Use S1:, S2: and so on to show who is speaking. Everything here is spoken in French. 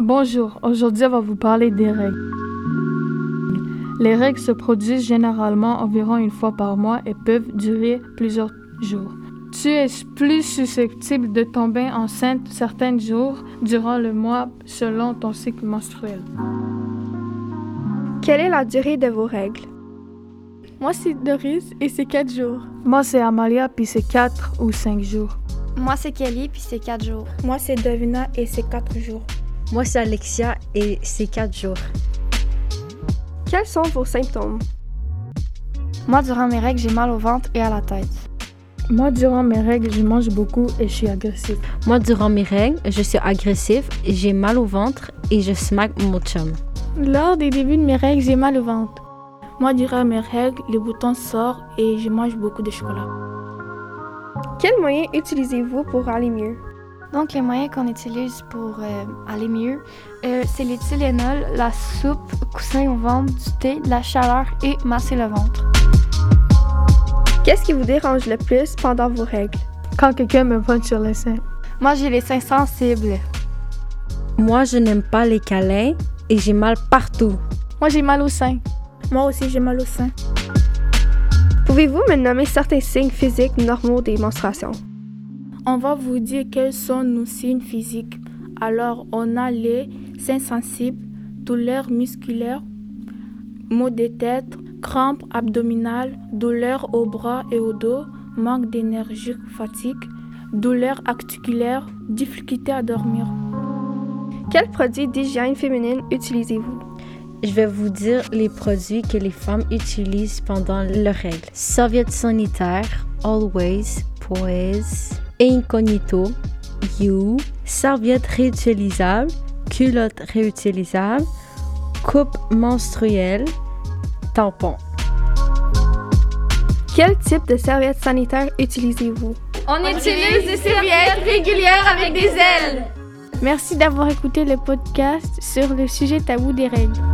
S1: Bonjour, aujourd'hui on va vous parler des règles. Les règles se produisent généralement environ une fois par mois et peuvent durer plusieurs jours. Tu es plus susceptible de tomber enceinte certains jours durant le mois selon ton cycle menstruel.
S2: Quelle est la durée de vos règles?
S3: Moi, c'est Doris et c'est 4 jours.
S1: Moi c'est Amalia puis c'est 4 ou 5 jours.
S4: Moi, c'est Kelly, puis c'est 4 jours.
S5: Moi, c'est Davina et c'est 4 jours.
S6: Moi, c'est Alexia et c'est 4 jours.
S2: Quels sont vos symptômes?
S4: Moi, durant mes règles, j'ai mal au ventre et à la tête.
S1: Moi durant mes règles, je mange beaucoup et je suis agressive.
S6: Moi, durant mes règles, je suis agressif, j'ai mal au ventre et je smack mon chum.
S3: Lors des débuts de mes règles, j'ai mal au ventre.
S7: Moi, durant mes règles, les boutons sortent et je mange beaucoup de chocolat.
S2: Quels moyens utilisez-vous pour aller mieux?
S4: Donc, les moyens qu'on utilise pour euh, aller mieux, euh, c'est les Tylenol, la soupe, coussin au ventre, du thé, la chaleur et masser le ventre.
S2: Qu'est-ce qui vous dérange le plus pendant vos règles?
S1: Quand quelqu'un me pointe sur les seins,
S4: Moi, j'ai les seins sensibles.
S6: Moi, je n'aime pas les câlins et j'ai mal partout.
S3: Moi, j'ai mal au sein.
S5: Moi aussi, j'ai mal au sein.
S2: Pouvez-vous me nommer certains signes physiques normaux des menstruations?
S7: On va vous dire quels sont nos signes physiques. Alors, on a les seins sensibles, douleurs musculaires, maux de tête, crampes abdominales, douleurs aux bras et au dos, manque d'énergie, fatigue, douleurs articulaires, difficulté à dormir.
S2: Quels produits d'hygiène féminine utilisez-vous?
S6: Je vais vous dire les produits que les femmes utilisent pendant leurs règles. Serviette sanitaire, Always, Poise, Incognito, You, serviette réutilisable, culotte réutilisable, coupe menstruelle, tampon.
S2: Quel type de serviette sanitaire utilisez-vous?
S8: On, utilise des serviettes régulières avec des ailes.
S3: Merci d'avoir écouté le podcast sur le sujet tabou des règles.